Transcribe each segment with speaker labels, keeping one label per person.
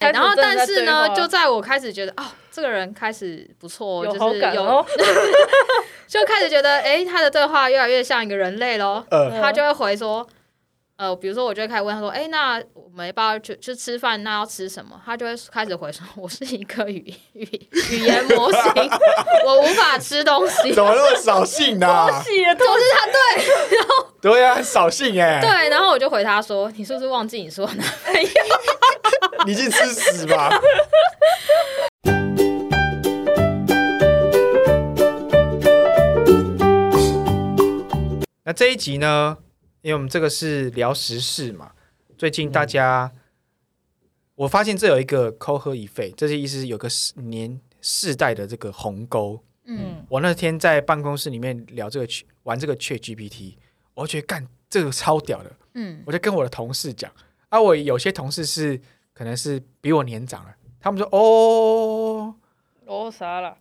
Speaker 1: 开始
Speaker 2: 然后
Speaker 1: 真的
Speaker 2: 但
Speaker 1: 在
Speaker 2: 是
Speaker 1: 对话
Speaker 2: 呢，就在我开始觉得哦，这个人开始不错，
Speaker 1: 有
Speaker 2: 就
Speaker 1: 好
Speaker 2: 是
Speaker 1: 感
Speaker 2: 有
Speaker 1: 哦，
Speaker 2: 就开始觉得，哎、他的对话越来越像一个人类咯。
Speaker 3: 呃，
Speaker 1: 嗯
Speaker 2: 他就会回说，呃，比如说我就会开始问他说，哎、那我们要不要去去吃饭？那要吃什么？他就会开始回说， 我是一个语语语言 模型， 我无法吃东西。
Speaker 3: 怎么那么扫兴呢、
Speaker 1: 气了，
Speaker 2: 总之他对
Speaker 3: 对啊，很扫兴哎、
Speaker 2: 对，然后我就回他说，你是不是忘记你说呢？
Speaker 3: 你去吃屎吧！那这一集呢，因为我们这个是聊时事嘛，最近大家，我发现这有一个扣喝一废，这是意思是有个世年世代的这个鸿沟。
Speaker 2: 嗯，
Speaker 3: 我那天在办公室里面聊这个玩这个 Chat GPT，我觉得干这个超屌的，
Speaker 2: 嗯
Speaker 3: 我就跟我的同事讲，啊，我有些同事是可能是比我年长了，他们说哦，
Speaker 1: 哦啥了？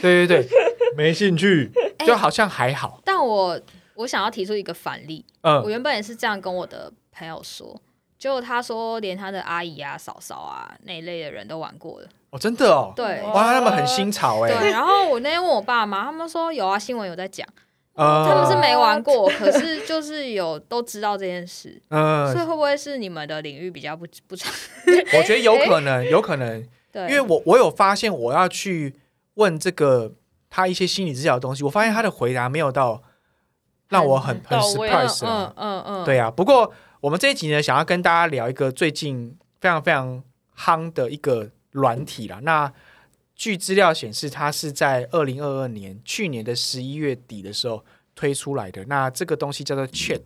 Speaker 3: 对对对，
Speaker 4: 没兴趣。
Speaker 2: 哎
Speaker 3: 就好像还好，
Speaker 2: 但我我想要提出一个反例，我
Speaker 3: 嗯，
Speaker 2: 原本也是这样跟我的朋友说，结果他说连他的阿姨啊、嫂嫂啊那一类的人都玩过了。
Speaker 3: 哦，真的哦，
Speaker 2: 对
Speaker 3: 哇，他们很新潮
Speaker 2: 对，
Speaker 3: 哎，
Speaker 2: 然后我那天问我爸妈，他们说有啊，新闻有在讲，他们
Speaker 3: 嗯
Speaker 2: 是没玩过，可是就是有都知道这件事，所以会
Speaker 3: 嗯，
Speaker 2: 不会是你们的领域比较不不长？
Speaker 3: 我觉得有可能，有可能，
Speaker 2: 对，
Speaker 3: 因为我我有发现，我要去问这个他一些心理治疗的东西，我发现他的回答没有到让我很很
Speaker 1: 到位啊
Speaker 3: surprise 啊
Speaker 2: 嗯嗯嗯，
Speaker 3: 对啊，不过我们这一集呢，想要跟大家聊一个最近非常非常夯的一个软体啦。那据资料显示，它是在二零二二年去年的十一月底的时候推出来的。那这个东西叫做 Chat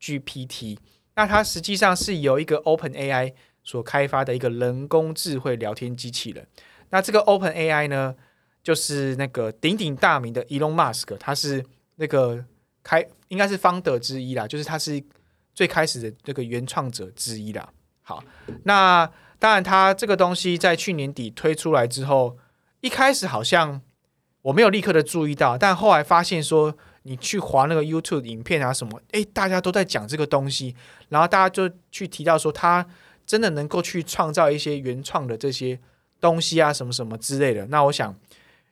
Speaker 3: GPT，那它实际上是由一个 Open AI 所开发的一个人工智慧聊天机器人。那这个 Open AI 呢，就是那个鼎鼎大名的 Elon Musk，他是那个开应该是方德之一啦，就是他是最开始的这个原创者之一啦。好，那当然，他这个东西在去年底推出来之后，一开始好像我没有立刻的注意到，但后来发现说，你去划那个 YouTube 影片啊什么，诶，大家都在讲这个东西，然后大家就去提到说，他真的能够去创造一些原创的这些东西啊，什么什么之类的。那我想，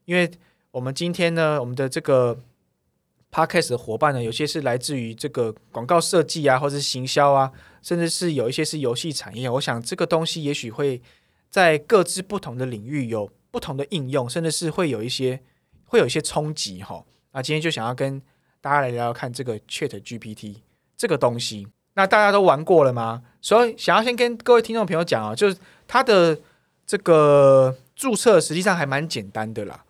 Speaker 3: 因为我们今天呢，我们的这个 podcast 的伙伴呢，有些是来自于这个广告设计啊，或是行销啊，甚至是有一些是游戏产业。我想这个东西也许会在各自不同的领域有不同的应用，甚至是会有一些会有一些冲击哈。那今天就想要跟大家来聊聊看这个 Chat GPT 这个东西。那大家都玩过了吗？所以想要先跟各位听众朋友讲啊，就是它的这个注册实际上还蛮简单的啦，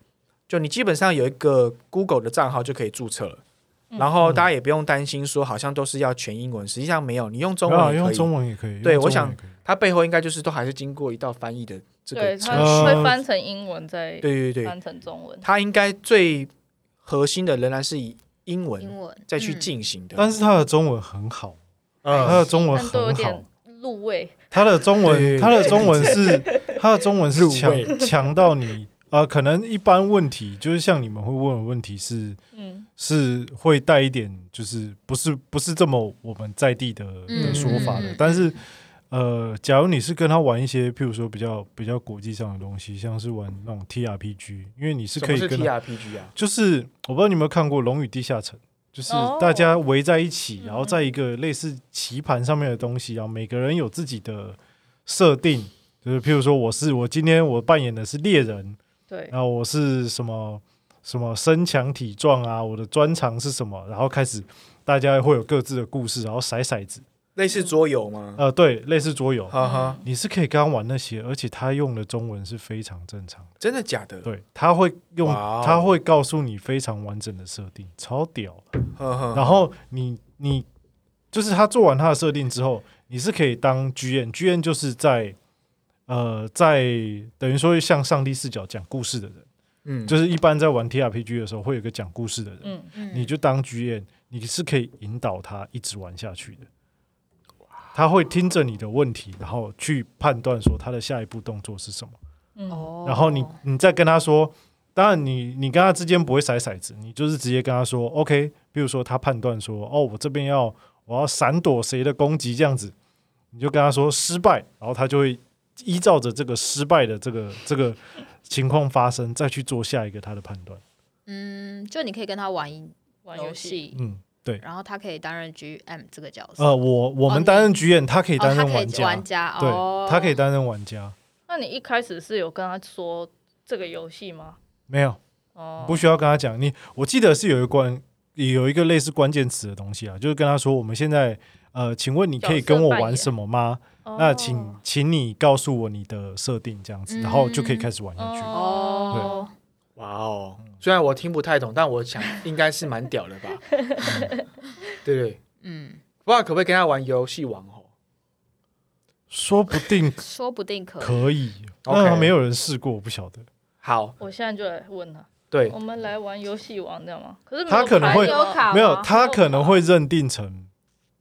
Speaker 3: 就你基本上有一个 Google 的账号就可以注册了。
Speaker 4: 嗯
Speaker 3: 然后大家也不用担心说好像都是要全英文，实际上没有，你用中文也
Speaker 4: 啊，
Speaker 3: 可以、
Speaker 4: 用中文也可以。
Speaker 3: 对
Speaker 4: 用中
Speaker 3: 我
Speaker 4: 文
Speaker 3: 想
Speaker 4: 也可以
Speaker 3: 它背后应该就是都还是经过一道翻译的这
Speaker 1: 对，
Speaker 3: 个
Speaker 1: 它
Speaker 3: 程
Speaker 4: 程
Speaker 3: 序。
Speaker 4: 序
Speaker 1: 会翻成英文再
Speaker 3: 对呃对对，
Speaker 1: 翻成中文。
Speaker 3: 它应该最核心的仍然是以英文嗯
Speaker 2: 英文
Speaker 3: 再去，进行的。
Speaker 4: 但是他的中文很好，
Speaker 3: 嗯，
Speaker 4: 他的中文
Speaker 1: 但都有
Speaker 4: 很好
Speaker 1: 点。入味，
Speaker 4: 他的中
Speaker 3: 对
Speaker 4: 文，他的中 文是，他的中文是
Speaker 3: 入味
Speaker 4: 强强到你呃，可能一般问题就是像你们会问的问题是
Speaker 1: 嗯，
Speaker 4: 是会带一点，就是不是不是这么我们在地的
Speaker 2: 嗯
Speaker 4: 的说法的
Speaker 2: 嗯，
Speaker 4: 但是。呃，假如你是跟他玩一些，譬如说比较比较国际上的东西，像是玩那种 TRPG，因为你是
Speaker 3: 什
Speaker 4: 可
Speaker 3: 么
Speaker 4: 以
Speaker 3: 是
Speaker 4: 跟他
Speaker 3: TRPG 啊？
Speaker 4: 就是我不知道你有没有看过《龙与地下城》，就是
Speaker 1: 哦
Speaker 4: 大家围在一起，
Speaker 1: 嗯
Speaker 4: 然后在一个类似棋盘上面的东西，然后每个人有自己的设定，就是譬如说我是我今天我扮演的是猎人，
Speaker 1: 对，
Speaker 4: 然后我是什么什么身强体壮啊，我的专长是什么，然后开始大家会有各自的故事，然后骰骰子，
Speaker 3: 类似桌游吗？
Speaker 4: 呃，对，类似桌游。
Speaker 3: 哈哈，
Speaker 4: 你是可以跟他玩那些，而且他用的中文是非常正常的，
Speaker 3: 真的假的？
Speaker 4: 对，他会用，
Speaker 3: 哇哦
Speaker 4: 他会告诉你非常完整的设定，超屌。
Speaker 3: 呵呵
Speaker 4: 然后你你就是他做完他的设定之后，你是可以当 GM，GM 就是在呃在等于说向上帝视角讲故事的人，
Speaker 3: 嗯，
Speaker 4: 就是一般在玩 TRPG 的时候会有个讲故事的人，
Speaker 1: 嗯，
Speaker 2: 嗯
Speaker 4: 你就当 GM，你是可以引导他一直玩下去的。他会听着你的问题，然后去判断说他的下一步动作是什么。
Speaker 1: 嗯，
Speaker 2: 哦
Speaker 4: 然后你你再跟他说，当然你你跟他之间不会甩骰子，你就是直接跟他说 OK，比如说他判断说哦，我这边要我要闪躲谁的攻击这样子，你就跟他说失败，然后他就会依照着这个失败的这个这个情况发生，再去做下一个他的判断。
Speaker 2: 嗯，就你可以跟他玩一
Speaker 1: 玩游戏，
Speaker 2: 戏，
Speaker 4: 嗯，对。
Speaker 2: 然后他可以担任 GM 这个角色，
Speaker 4: 呃，我我们担任局演，他可以
Speaker 2: 哦，
Speaker 4: 担
Speaker 2: 他
Speaker 4: 任
Speaker 2: 可
Speaker 4: 玩
Speaker 2: 以
Speaker 4: 家，
Speaker 2: 玩家，哦
Speaker 4: 对，他可以担任玩家，
Speaker 1: 那你一开始是有跟他说这个游戏吗？
Speaker 4: 没有
Speaker 1: 哦，
Speaker 4: 不需要跟他讲。你我记得是有一关有一个类似关键词的东西啊，就是跟他说我们现在呃，请问你可以
Speaker 1: 角色
Speaker 4: 跟我
Speaker 1: 扮演
Speaker 4: 玩什么吗？
Speaker 1: 哦
Speaker 4: 那请请你告诉我你的设定这样子，然后就可以
Speaker 2: 嗯
Speaker 4: 开始玩下去。
Speaker 1: 哦，
Speaker 3: 哇哦！
Speaker 4: 嗯
Speaker 3: 虽然我听不太懂，但我想应该是蛮屌的吧？ 对对，
Speaker 2: 嗯，
Speaker 3: 不知道可不可以跟他玩游戏王哦？
Speaker 4: 说不定
Speaker 2: 说不定可以。
Speaker 4: 可以，
Speaker 3: OK
Speaker 4: 那没有人试过，我不晓得。
Speaker 3: 好，
Speaker 1: 我现在就来问他，
Speaker 3: 对
Speaker 1: 我们来玩游戏王，这样吗？可是没
Speaker 4: 他
Speaker 1: 有
Speaker 4: 可能
Speaker 1: 牌
Speaker 4: 会
Speaker 1: 啊
Speaker 2: 卡
Speaker 4: 没有，
Speaker 2: 吗
Speaker 4: 他可能会认定成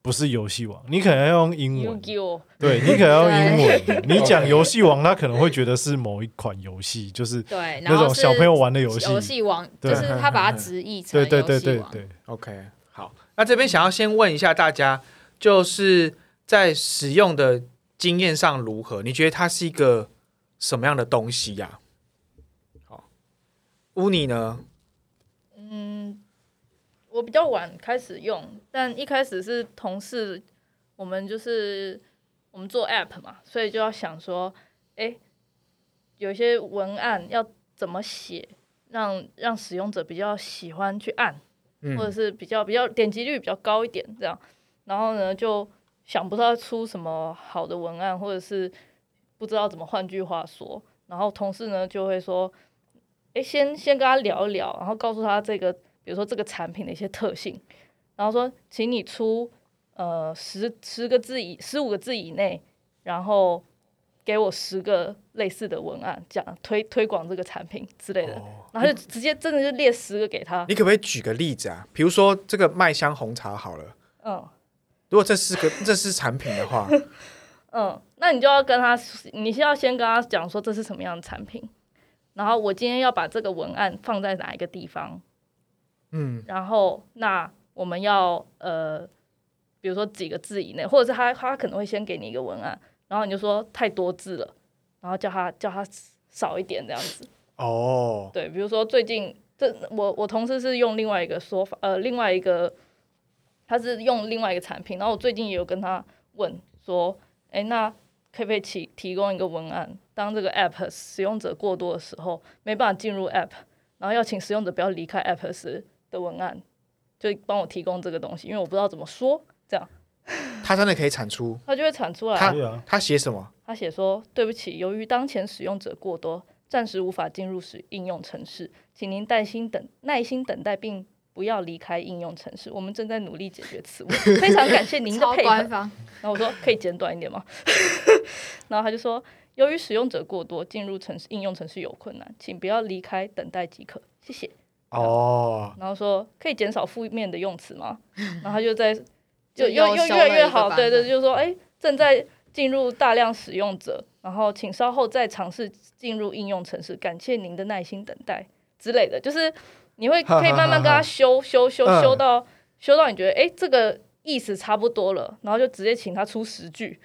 Speaker 4: 不是游戏王，你可能要用英文，
Speaker 1: Yu-Gi-Oh，
Speaker 4: 对你可能要 用英文。
Speaker 3: 对
Speaker 4: 你讲游戏王，他可能会觉得是某一款游戏，就是
Speaker 2: 对，然
Speaker 4: 那
Speaker 2: 后
Speaker 4: 种小朋友玩的游
Speaker 2: 是游戏王，
Speaker 4: 对
Speaker 2: 就是他把它直译成
Speaker 4: 对
Speaker 2: 游戏
Speaker 4: 对
Speaker 2: 王。
Speaker 4: 对对对，
Speaker 3: OK，好，那这边想要先问一下大家，就是在使用的经验上如何？你觉得它是一个什么样的东西呀、好，乌尼呢？
Speaker 1: 嗯，我比较晚开始用，但一开始是同事，我们就是我们做 app 嘛，所以就要想说，哎、有些文案要怎么写，让让使用者比较喜欢去按，或者
Speaker 3: 嗯，
Speaker 1: 是比较比较点击率比较高一点这样。然后呢，就想不到出什么好的文案，或者是不知道怎么换句话说。然后同事呢就会说：“诶，先先跟他聊一聊，然后告诉他这个，比如说这个产品的一些特性，然后说，请你出呃十十个字以十五个字以内，然后给我十个类似的文案，讲推推广这个产品之类的。
Speaker 3: 哦
Speaker 1: 然后就直接真的就列十个给他，
Speaker 3: 你可不可以举个例子啊？比如说这个麦香红茶好了，
Speaker 1: 嗯。”
Speaker 3: 如果这是个这是产品的话，
Speaker 1: 嗯，那你就要跟他，你是要先跟他讲说这是什么样的产品，然后我今天要把这个文案放在哪一个地方，
Speaker 3: 嗯，
Speaker 1: 然后那我们要呃，比如说几个字以内，或者是他他可能会先给你一个文案，然后你就说太多字了，然后叫他叫他少一点这样子。
Speaker 3: 哦，
Speaker 1: 对，比如说最近这我我同事是用另外一个说法，呃，另外一个他是用另外一个产品，然后我最近也有跟他问说，哎，那可不可以提提供一个文案，当这个 app 使用者过多的时候，没办法进入 app，然后要请使用者不要离开 app 时的文案，就帮我提供这个东西，因为我不知道怎么说，这样
Speaker 3: 它真的可以产出，
Speaker 1: 他就会产出来。
Speaker 3: 他
Speaker 4: 可以啊。
Speaker 3: 它写什么？
Speaker 1: 他写说：“对不起，由于当前使用者过多，暂时无法进入使应用程式，请您耐心等耐心等待，并不要离开应用程式。我们正在努力解决此问，非常感谢您 的
Speaker 2: 超
Speaker 1: 配合。”
Speaker 2: 官方，
Speaker 1: 然后我说：“可以简短一点吗？” 然后他就说：“由于使用者过多，进入程式应用程式有困难，请不要离开，等待即可，谢谢。”
Speaker 3: 哦，
Speaker 1: 然后说可以减少负面的用词吗？ 然后他就在就
Speaker 2: 就
Speaker 1: 又又
Speaker 2: 又
Speaker 1: 越
Speaker 2: 收
Speaker 1: 来
Speaker 2: 了
Speaker 1: 越
Speaker 2: 一个
Speaker 1: 好，
Speaker 2: 版
Speaker 1: 对对，
Speaker 2: 本
Speaker 1: 就是说哎，正在进入大量使用者，然后请稍后再尝试进入应用程式，感谢您的耐心等待之类的，就是你会
Speaker 3: 哈哈
Speaker 1: 可以慢慢跟他
Speaker 3: 哈哈
Speaker 1: 修修修
Speaker 3: 嗯
Speaker 1: 修到修到你觉得哎这个意思差不多了，然后就直接请他出十句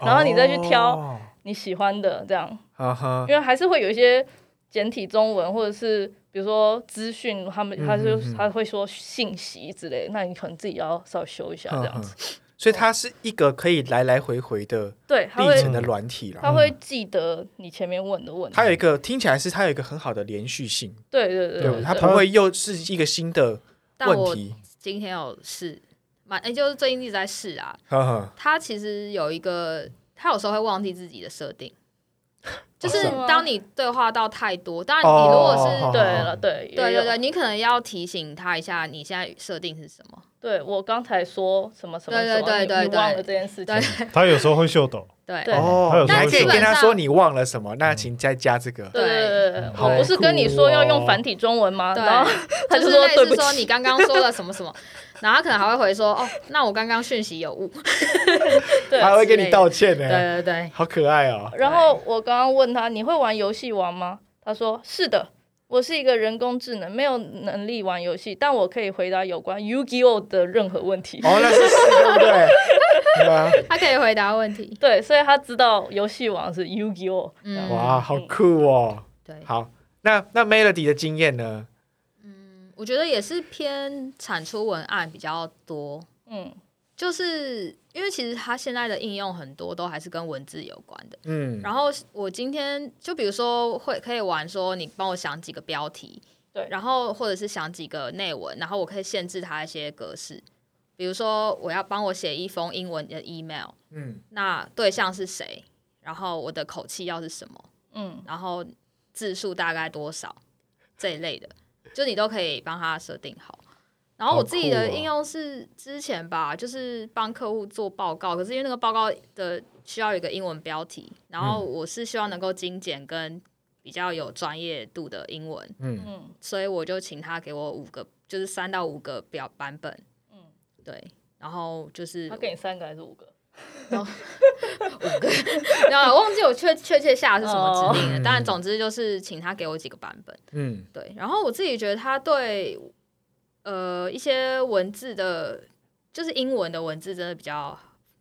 Speaker 1: 然后你再去挑
Speaker 3: 哦，嗯
Speaker 1: 你喜欢的这样，
Speaker 3: 哈哈，
Speaker 1: 因为还是会有一些简体中文，或者是比如说资讯，他们
Speaker 3: 嗯
Speaker 1: 他就
Speaker 3: 嗯嗯
Speaker 1: 他会说信息之类，那你可能自己要稍微修一下
Speaker 3: 嗯
Speaker 1: 这样子。
Speaker 3: 子，所以它是一个可以来来回回的
Speaker 1: 对，他
Speaker 3: 历
Speaker 1: 会
Speaker 3: 程的嗯软体啦。
Speaker 1: 他会记得你前面问的问题。
Speaker 3: 它有一个听起来是它有一个很好的连续性，
Speaker 1: 对对对
Speaker 3: 对不
Speaker 1: 对，
Speaker 3: 对，它
Speaker 1: 对
Speaker 3: 不会又是一个新的
Speaker 2: 但
Speaker 3: 问
Speaker 2: 我
Speaker 3: 题。
Speaker 2: 今天有试，蛮、哎就是最近一直在试啊。
Speaker 3: 呵呵，
Speaker 2: 他其实有一个，他有时候会忘记自己的设 定，就
Speaker 1: 哦
Speaker 2: 是
Speaker 1: 是吗
Speaker 2: 当你对话到太多，当然你如果是、
Speaker 3: 哦
Speaker 1: 对了，对
Speaker 2: 对
Speaker 1: 也
Speaker 2: 对
Speaker 1: 有
Speaker 2: 对，你可能要提醒他一下，你现在设定是什么。
Speaker 1: 对，我刚才说什么什么
Speaker 2: 对
Speaker 1: 什
Speaker 2: 对
Speaker 1: 么，
Speaker 2: 对
Speaker 1: 你
Speaker 2: 对
Speaker 1: 你
Speaker 2: 对
Speaker 1: 忘了这件事情
Speaker 2: 对。
Speaker 4: 他有时候会秀抖，
Speaker 2: 对
Speaker 1: 对
Speaker 4: 还有
Speaker 3: 哦，你还
Speaker 4: 时候
Speaker 3: 可以
Speaker 4: 是
Speaker 3: 跟他说
Speaker 2: 嗯
Speaker 3: 你忘了什么，那请再加这个。
Speaker 1: 对对对对对，
Speaker 3: 好
Speaker 1: 我不是跟你说要
Speaker 3: 酷
Speaker 1: 用
Speaker 3: 哦
Speaker 1: 繁体中文吗？
Speaker 2: 对
Speaker 1: 然后他
Speaker 2: 就是
Speaker 1: 说
Speaker 2: 类
Speaker 1: 对不
Speaker 2: 似
Speaker 1: 起
Speaker 2: 说，你刚刚说了什么什么，然后他可能还会回说哦，那我刚刚讯息有误。
Speaker 1: 对
Speaker 3: 还会跟你道歉
Speaker 2: 对
Speaker 3: 呢，
Speaker 2: 对对，
Speaker 3: 好可爱哦。
Speaker 1: 然后我刚刚问他你会玩游戏王吗？他说是的，我是一个人工智能，没有能力玩
Speaker 2: 哦
Speaker 1: 游戏，但我可以回答有关 Yu-Gi-Oh 的任何问题。
Speaker 3: 哦，那是是，对不对？对吧？
Speaker 2: 他可以回答问题。
Speaker 1: 对，所以他知道游戏王是 Yu-Gi-Oh！这样
Speaker 2: 嗯
Speaker 3: 哇，好酷哦！
Speaker 2: 对，
Speaker 3: 好，那那 Melody 的经验呢？
Speaker 2: 我觉得也是偏产出文案比较多，
Speaker 1: 嗯，
Speaker 2: 就是因为其实它现在的应用很多都还是跟文字有关的。
Speaker 3: 嗯，
Speaker 2: 然后我今天就比如说会可以玩说，你帮我想几个标题，
Speaker 1: 对
Speaker 2: 然后或者是想几个内文，然后我可以限制它一些格式，比如说我要帮我写一封英文的 email，
Speaker 3: 嗯
Speaker 2: 那对象是谁，然后我的口气要是什么，
Speaker 1: 嗯，
Speaker 2: 然后字数大概多少这一类的，就你都可以帮他设定好。然后我自己
Speaker 3: 好
Speaker 2: 的
Speaker 3: 酷哦
Speaker 2: 应用是之前吧，就是帮客户做报告，可是因为那个报告的需要有一个英文标题，然
Speaker 3: 嗯
Speaker 2: 后我是希望能够精简跟比较有专业度的英文，
Speaker 3: 嗯，
Speaker 1: 嗯，
Speaker 2: 所以我就请他给我五个，就是三到五个表版本，嗯
Speaker 1: 嗯，
Speaker 2: 对，然后就是
Speaker 1: 他给你三个还是五个？
Speaker 2: 然后忘记我确确切下的是什么指令了，
Speaker 3: 哦
Speaker 2: 但总之就是请他给我几个版本。
Speaker 3: 嗯
Speaker 2: 对，然后我自己觉得他对呃一些文字的，就是英文的文字真的比较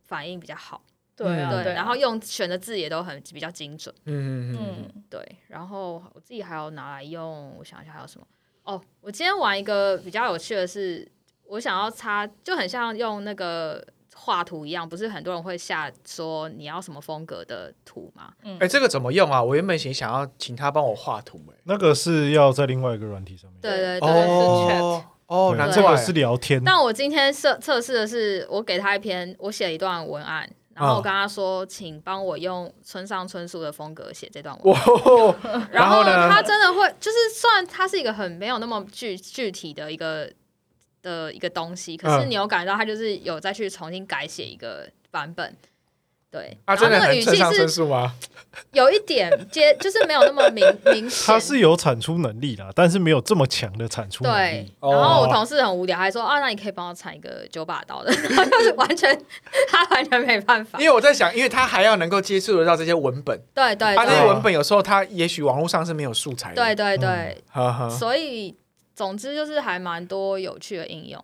Speaker 2: 反应比较好，
Speaker 1: 对啊，
Speaker 2: 对，
Speaker 1: 对啊，
Speaker 2: 然后用选的字也都很比较精准，
Speaker 3: 嗯嗯
Speaker 1: 嗯，
Speaker 2: 对，然后我自己还有拿来用，我想一下还有什么哦，我今天玩一个比较有趣的是，我想要插，就很像用那个。画图一样，不是很多人会下说你要什么风格的图吗？
Speaker 3: 嗯，哎，这个怎么用啊？我原本想想要请他帮我画图，哎，
Speaker 4: 那个是要在另外一个软体上面。
Speaker 2: 对对对，
Speaker 3: 哦哦，
Speaker 4: 对
Speaker 3: 难
Speaker 4: 这
Speaker 3: 怪
Speaker 4: 个是聊
Speaker 3: 嗯
Speaker 4: 天，
Speaker 2: 但我今天测测试的是，我给他一篇，我写一段文案，然
Speaker 3: 啊
Speaker 2: 后我跟他说，请帮我用村上春树的风格写这段文
Speaker 3: 哇
Speaker 2: 案。
Speaker 3: 哦，然后
Speaker 2: 后
Speaker 3: 呢
Speaker 2: 他真的会，就是虽然它是一个很没有那么具具体的一个的一个东西，可是
Speaker 3: 嗯
Speaker 2: 你有感觉到他就是有再去重新改写一个版本。对，
Speaker 3: 啊，
Speaker 2: 然后
Speaker 3: 真的
Speaker 2: 那个
Speaker 3: 很
Speaker 2: 语
Speaker 3: 村
Speaker 2: 气
Speaker 3: 上春
Speaker 2: 是
Speaker 3: 树吗？
Speaker 2: 有一点接，就是没有那么明明 显。
Speaker 4: 他是有产出能力啦，但是没有这么强的产出能
Speaker 2: 对
Speaker 4: 力。，
Speaker 3: 哦
Speaker 2: 然后我同事很无聊，还说啊，那你可以帮我铲一个九 把刀的，然后就是完全他完全没办法
Speaker 3: 因。为我在想，因为他还要能够接触得到这些文本，
Speaker 2: 对对
Speaker 3: 啊，这些
Speaker 2: 对
Speaker 3: 文本有时候他也许网络上是没有素材的，
Speaker 2: 对对对，
Speaker 3: 呵呵，
Speaker 2: 所以总之就是还蛮多有趣的应用。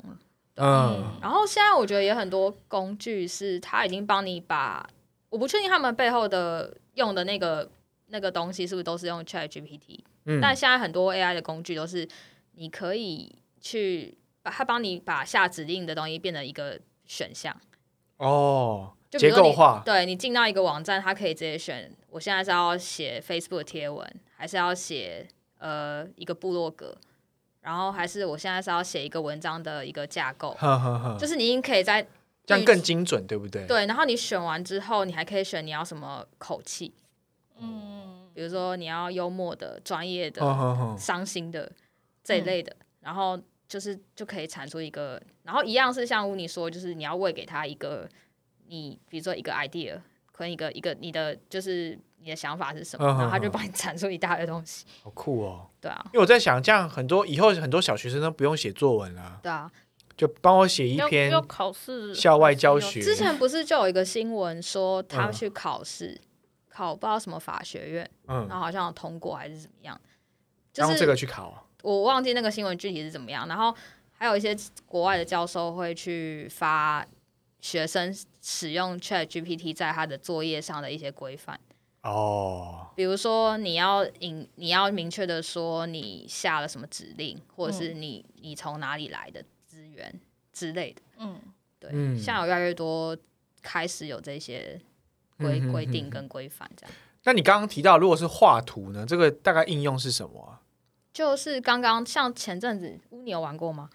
Speaker 3: 嗯
Speaker 2: 然后现在我觉得也很多工具是它已经帮你把，我不确定他们背后的用的那个那个东西是不是都是用 Chat GPT，
Speaker 3: 嗯，
Speaker 2: 但现在很多 AI 的工具都是你可以去把它帮你把下指令的东西变成一个选项。
Speaker 3: 哦，
Speaker 2: 就比
Speaker 3: 结
Speaker 2: 如说
Speaker 3: 构
Speaker 2: 你
Speaker 3: 化，
Speaker 2: 对你进到一个网站，它可以直接选，我现在是要写 Facebook 的贴文，还是要写呃一个部落格，然后还是我现在是要写一个文章的一个架构，
Speaker 3: 呵呵呵
Speaker 2: 就，是你已经可以在
Speaker 3: 这样更精准，对不对？
Speaker 2: 对，然后你选完之后，你还可以选你要什么口气，
Speaker 1: 嗯，
Speaker 2: 比如说你要幽默的、专业的、
Speaker 3: 呵呵呵，
Speaker 2: 伤心的这一
Speaker 3: 嗯
Speaker 2: 类的，然后就是就可以产出一个，然后一样是像乌尼说，就是你要喂给他一个，你比如说一个 idea，可能一个一个你的就是你的想法是什么，
Speaker 3: 嗯
Speaker 2: 然后他
Speaker 3: 嗯
Speaker 2: 就
Speaker 3: 嗯
Speaker 2: 帮你产出一大堆东西，
Speaker 3: 好酷哦！
Speaker 2: 对啊，
Speaker 3: 因为我在想，这样很多以后很多小学生都不用写作文啦，
Speaker 2: 对啊。
Speaker 3: 就帮我写一
Speaker 1: 要
Speaker 3: 篇
Speaker 1: 要考试，
Speaker 3: 校外教学
Speaker 2: 之前不是就有一个新闻说他
Speaker 3: 嗯
Speaker 2: 去考试，考不知道什么法学院，
Speaker 3: 嗯
Speaker 2: 然，后好像有通过还是怎么样，哦就
Speaker 3: 然后
Speaker 2: 是
Speaker 3: 这个去考啊，
Speaker 2: 我忘记那个新闻具体是怎么样。然后还有一些国外的教授会去发学生使用 Chat GPT 在他的作业上的一些规范，
Speaker 3: 哦，
Speaker 2: 比如说你要引你要明确的说你下了什么指令，或者是你你从哪里来的资源之类的。
Speaker 1: 嗯，
Speaker 2: 对，
Speaker 3: 嗯
Speaker 2: 现在有越来越多开始有这些规
Speaker 3: 嗯哼
Speaker 2: 规
Speaker 3: 嗯
Speaker 2: 定
Speaker 3: 哼
Speaker 2: 跟规范这样。
Speaker 3: 那你刚刚提到，如果是画图呢，这个大概应用是什么啊？
Speaker 2: 就是刚刚像前阵子乌你有玩过吗？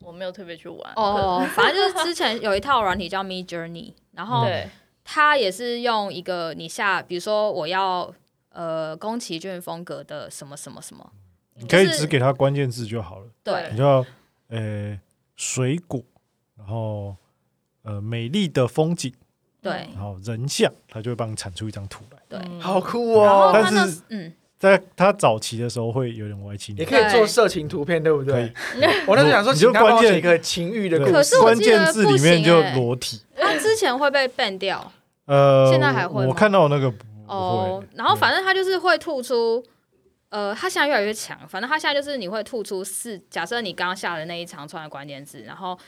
Speaker 1: 我没有特别去玩，
Speaker 2: 哦，反正就是之前有一套软体叫 Me Journey，然
Speaker 1: 可
Speaker 2: 后
Speaker 1: 对，
Speaker 2: 它也是用一个你下，比如说我要呃宫崎骏风格的什么什么什么，
Speaker 4: 你可以
Speaker 2: 就是
Speaker 4: 只给他关键字就好了。
Speaker 2: 对
Speaker 4: 你就要呃水果，然后呃美丽的风景，
Speaker 2: 对
Speaker 4: 然后人像，他就会帮你产出一张图来。
Speaker 2: 对。
Speaker 1: 嗯
Speaker 3: 好酷
Speaker 2: 然后
Speaker 3: 哦！
Speaker 2: 它那
Speaker 4: 但是
Speaker 2: 嗯，
Speaker 4: 在他早期的时候会有点歪七
Speaker 3: 也
Speaker 4: 扭八，
Speaker 3: 可以做色情图片，对不对？我那时候想说，
Speaker 4: 你就
Speaker 3: 请他帮我
Speaker 4: 关键
Speaker 3: 写一个情欲的故
Speaker 4: 对
Speaker 2: 可
Speaker 3: 事，
Speaker 2: 是我
Speaker 4: 关
Speaker 2: 记得
Speaker 4: 键字里面
Speaker 2: 不行
Speaker 4: 就
Speaker 2: 欸
Speaker 4: 裸体。
Speaker 2: 它之前会被 ban 掉
Speaker 4: 呃，
Speaker 2: 现在还会吗
Speaker 4: 我看到那个嗯不
Speaker 2: 哦
Speaker 4: 会。，
Speaker 2: 然后反正它就是会吐出，呃，它现在越来越强，反正它现在就是你会吐出四，假设你刚刚下的那一长串的关键字，然后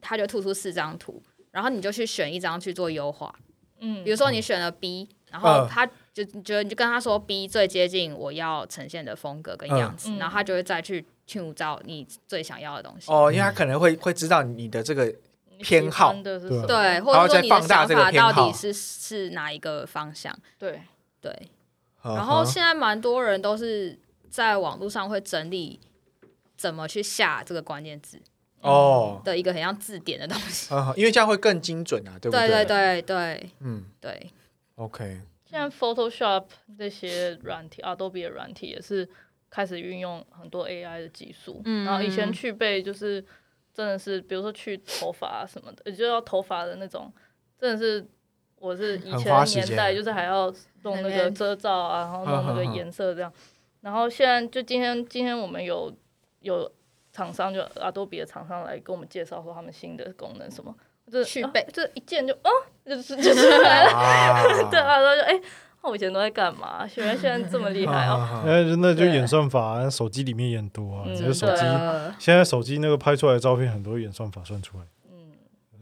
Speaker 2: 它就吐出四张图，然后你就去选一张去做优化。
Speaker 1: 嗯
Speaker 2: 比如说你选了 B，然
Speaker 3: 嗯
Speaker 2: 后他就你觉得你就跟他说 B 最接近我要呈现的风格跟样子，
Speaker 1: 嗯
Speaker 2: 然后他就会再去去找你最想要的东西。
Speaker 3: 哦，因为他可能会会知道你的这个
Speaker 1: 你喜
Speaker 3: 偏好
Speaker 1: 欢的是
Speaker 4: 对
Speaker 1: 什么？
Speaker 2: 对，或
Speaker 3: 然后
Speaker 2: 者说
Speaker 3: 再
Speaker 2: 你的
Speaker 3: 放大
Speaker 2: 想
Speaker 3: 这个
Speaker 2: 法
Speaker 3: 偏
Speaker 2: 到
Speaker 3: 好
Speaker 2: 底是是哪一个方向？
Speaker 1: 对，
Speaker 2: 对，
Speaker 3: 嗯
Speaker 2: 然后现在蛮多人都是在网络上会整理怎么去下这个关键字
Speaker 3: 哦，
Speaker 2: 的一个很像字典的东西。
Speaker 3: 嗯因为这样会更精准啊，对不
Speaker 2: 对
Speaker 3: 对
Speaker 2: 对对对
Speaker 3: 嗯
Speaker 2: 对，
Speaker 3: ，OK，
Speaker 1: 现在 Photoshop 这些软体，Adobe 的软体也是开始运用很多 AI 的技术。
Speaker 2: 嗯
Speaker 1: 然后以前去背就是真的是，比如说去头发什么的，呃就要头发的那种，真的是我是以
Speaker 3: 很
Speaker 1: 前
Speaker 3: 花
Speaker 1: 的
Speaker 3: 时间
Speaker 1: 年代就是还要弄那
Speaker 2: 那
Speaker 1: 个
Speaker 2: 边
Speaker 1: 遮罩啊，然后弄那个颜色这样。然后现在就今天今天我们有有厂商就 Adobe 的厂商来跟我们介绍说他们新的功能什么，啊这
Speaker 2: 去背
Speaker 1: 这一键就哦，就是 就出来了。
Speaker 3: 啊
Speaker 1: 对啊，然后就哎、那我以前都在干嘛？原来现在这么厉害哦！
Speaker 3: 啊
Speaker 4: 哎，那就
Speaker 1: 对
Speaker 4: 演算法啊，手机里面演多啊，
Speaker 1: 嗯
Speaker 4: 你的手
Speaker 1: 对
Speaker 4: 机
Speaker 2: 呃，
Speaker 4: 现在手机那个拍出来的照片很多演算法算出来，
Speaker 1: 嗯，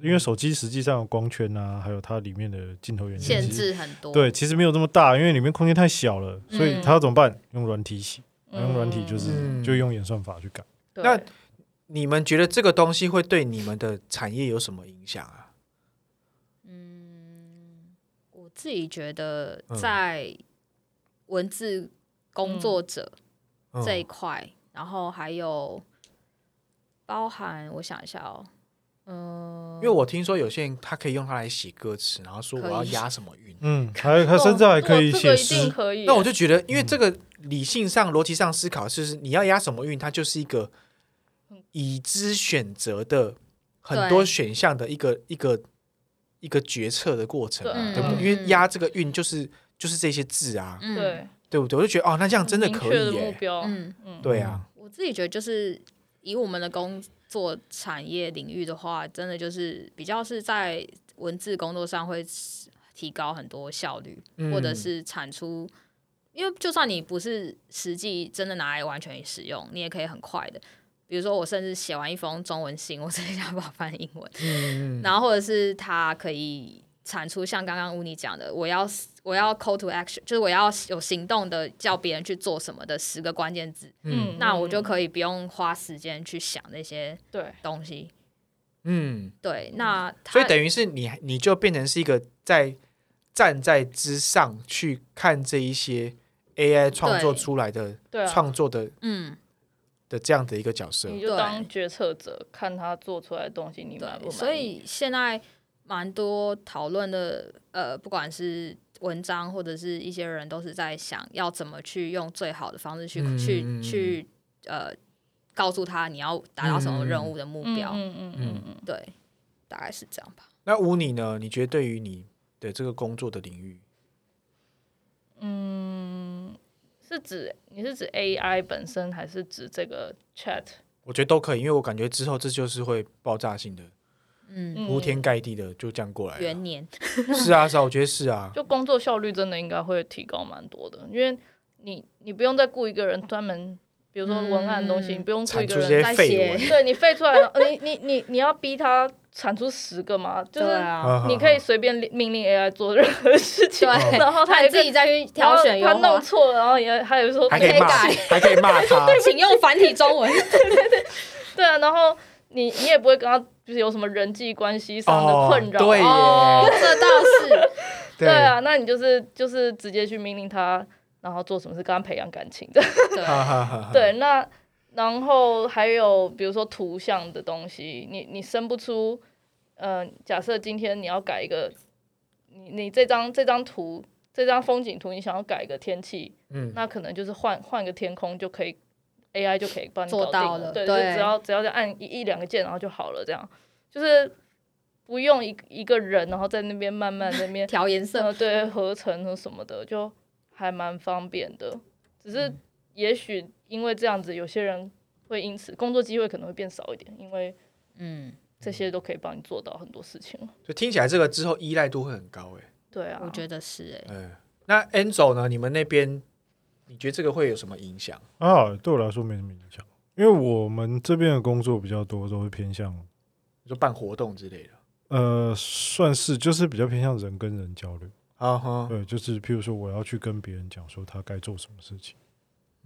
Speaker 4: 因为手机实际上有光圈啊，还有它里面的镜头元件
Speaker 2: 限
Speaker 4: 其实
Speaker 2: 制很多。
Speaker 4: 对，其实没有这么大，因为里面空间太小了，所以
Speaker 2: 嗯
Speaker 4: 它要怎么办？用软体洗，
Speaker 1: 嗯
Speaker 4: 用软体就是
Speaker 3: 嗯
Speaker 4: 就用演算法去改。
Speaker 1: 对
Speaker 3: 那你们觉得这个东西会对你们的产业有什么影响啊？
Speaker 2: 我自己觉得
Speaker 3: 嗯
Speaker 2: 在文字工作者
Speaker 3: 嗯
Speaker 2: 这一块，然后还有包含我想一下哦，嗯、
Speaker 3: 因为我听说有些人他可以用它来写歌词，然后说
Speaker 2: 可
Speaker 3: 我
Speaker 2: 以
Speaker 3: 要押什么韵，
Speaker 4: 嗯，还有它甚至还可以
Speaker 1: 哦这个
Speaker 4: 写
Speaker 1: 一定
Speaker 4: 诗，
Speaker 1: 可以。
Speaker 3: 那我就觉得，因为这个理性上、逻辑上思考，就是你要押什么韵，它就是一个已知选择的很多
Speaker 2: 对
Speaker 3: 选项的一个一个一个决策的过程嘛，
Speaker 1: 对
Speaker 3: 对不对？
Speaker 2: 嗯
Speaker 3: 因为押这个韵就是就是这些字啊，
Speaker 2: 嗯
Speaker 1: 对
Speaker 3: 对不对？我就觉得哦，那这样真的
Speaker 1: 明
Speaker 3: 可
Speaker 1: 确的
Speaker 3: 以
Speaker 1: 目
Speaker 3: 耶，
Speaker 1: 标，
Speaker 2: 嗯，
Speaker 1: 嗯，
Speaker 3: 对啊，
Speaker 2: 我自己觉得就是以我们的工作产业领域的话，真的就是比较是在文字工作上会提高很多效率，
Speaker 3: 嗯
Speaker 2: 或者是产出。因为就算你不是实际真的拿来完全使用，你也可以很快的。比如说，我甚至写完一封中文信，我直接想把它翻英文，
Speaker 3: 嗯，嗯
Speaker 2: 然后或者是它可以产出像刚刚乌尼讲的，我要我要 call to action，就是我要有行动的叫别人去做什么的十个关键字，
Speaker 3: 嗯
Speaker 1: 嗯
Speaker 2: 那我就可以不用花时间去想那些
Speaker 1: 对
Speaker 2: 东西。
Speaker 3: 嗯。
Speaker 2: 对，那它
Speaker 3: 所以等于是你你就变成是一个在站在之上去看这一些 AI 创作出来的
Speaker 1: 对啊，
Speaker 3: 创作的
Speaker 2: 嗯，
Speaker 3: 的这样的一个角色。
Speaker 1: 你就当决策者，看他做出来的东西，你满不满
Speaker 2: 对，
Speaker 1: 意？
Speaker 2: 所以现在蛮多讨论的，呃，不管是文章或者是一些人都是在想要怎么去用最好的方式去、
Speaker 3: 嗯嗯嗯
Speaker 2: 去
Speaker 3: 嗯
Speaker 2: 去呃，告诉他你要达到什么任务的目
Speaker 1: 嗯
Speaker 2: 标。
Speaker 1: 嗯嗯嗯嗯，
Speaker 2: 对，大概是这样吧。
Speaker 3: 那吴你呢？你觉得对于你的这个工作的领域，
Speaker 1: 是指你是指 AI 本身，还是指这个 Chat
Speaker 3: 我觉得都可以，因为我感觉之后这就是会爆炸性的、
Speaker 2: 嗯，
Speaker 1: 嗯
Speaker 3: 铺天盖地的就这样过来了。
Speaker 2: 元年，
Speaker 3: 是啊，是啊，我觉得是啊。
Speaker 1: 就工作效率真的应该会提高蛮多的，因为你你不用再雇一个人专门，比如说文案的东西，你
Speaker 2: 嗯
Speaker 1: 不用雇
Speaker 3: 产
Speaker 1: 一
Speaker 3: 出
Speaker 1: 个
Speaker 3: 这
Speaker 1: 人
Speaker 3: 些
Speaker 2: 在
Speaker 3: 废
Speaker 2: 写
Speaker 3: 文，
Speaker 1: 对你废出来了，呃你你你你要逼他产出十个吗？就
Speaker 2: 对
Speaker 1: 是
Speaker 2: 啊，
Speaker 3: 嗯
Speaker 1: 你可以随便命令 AI 做任何事情，
Speaker 2: 对
Speaker 1: 然后他
Speaker 2: 他
Speaker 1: 也
Speaker 2: 自
Speaker 1: 可以
Speaker 2: 己再去挑选优
Speaker 1: 然后他
Speaker 2: 化
Speaker 1: 弄， 错了，然后也还有说
Speaker 3: 还可以骂，
Speaker 2: 可以
Speaker 3: 还可以骂 他。
Speaker 2: 请用繁体中文。
Speaker 1: 对啊，然后你你也不会跟他就是有什么人际关系上的
Speaker 3: 哦
Speaker 1: 困扰，
Speaker 3: 对耶
Speaker 2: 哦， 这倒是，
Speaker 1: 对啊，那你就是就是直接去命令他，然后做什么事跟他培养感情，
Speaker 2: 对，
Speaker 3: 哈哈哈哈。
Speaker 2: 嗯
Speaker 1: 对，那然后还有比如说图像的东西，你你生不出，呃，假设今天你要改一个，你你这张这张图，这张风景图，你想要改一个天气，
Speaker 3: 嗯，
Speaker 1: 那可能就是换换个天空就可以，AI 就可以帮你
Speaker 2: 做
Speaker 1: 搞定
Speaker 2: 到了
Speaker 1: 对，
Speaker 2: 对
Speaker 1: 就只要只要再按一一两个键，然后就好了，这样就是不用一一个人，然后在那边慢慢在那边
Speaker 2: 调颜色，
Speaker 1: 呃，对，合成和什么的，就还蛮方便的。只是也许因为这样子，有些人会因此工作机会可能会变少一点，因为
Speaker 2: 嗯，
Speaker 1: 这些都可以帮你做到很多事情了。
Speaker 3: 就听起来这个之后依赖度会很高诶。
Speaker 1: 对啊，
Speaker 2: 我觉
Speaker 1: 得
Speaker 2: 得是哎，
Speaker 3: 嗯，那 Enzo 呢？你们那边，你觉得这个会有什么影响？
Speaker 4: 啊，对我来说没什么影响，因为我们这边的工作比较多，都会偏向
Speaker 3: 你说办活动之类的？
Speaker 4: 呃，算是就是比较偏向人跟人交流。
Speaker 3: 啊哈，
Speaker 4: 对，就是譬如说我要去跟别人讲说他该做什么事情，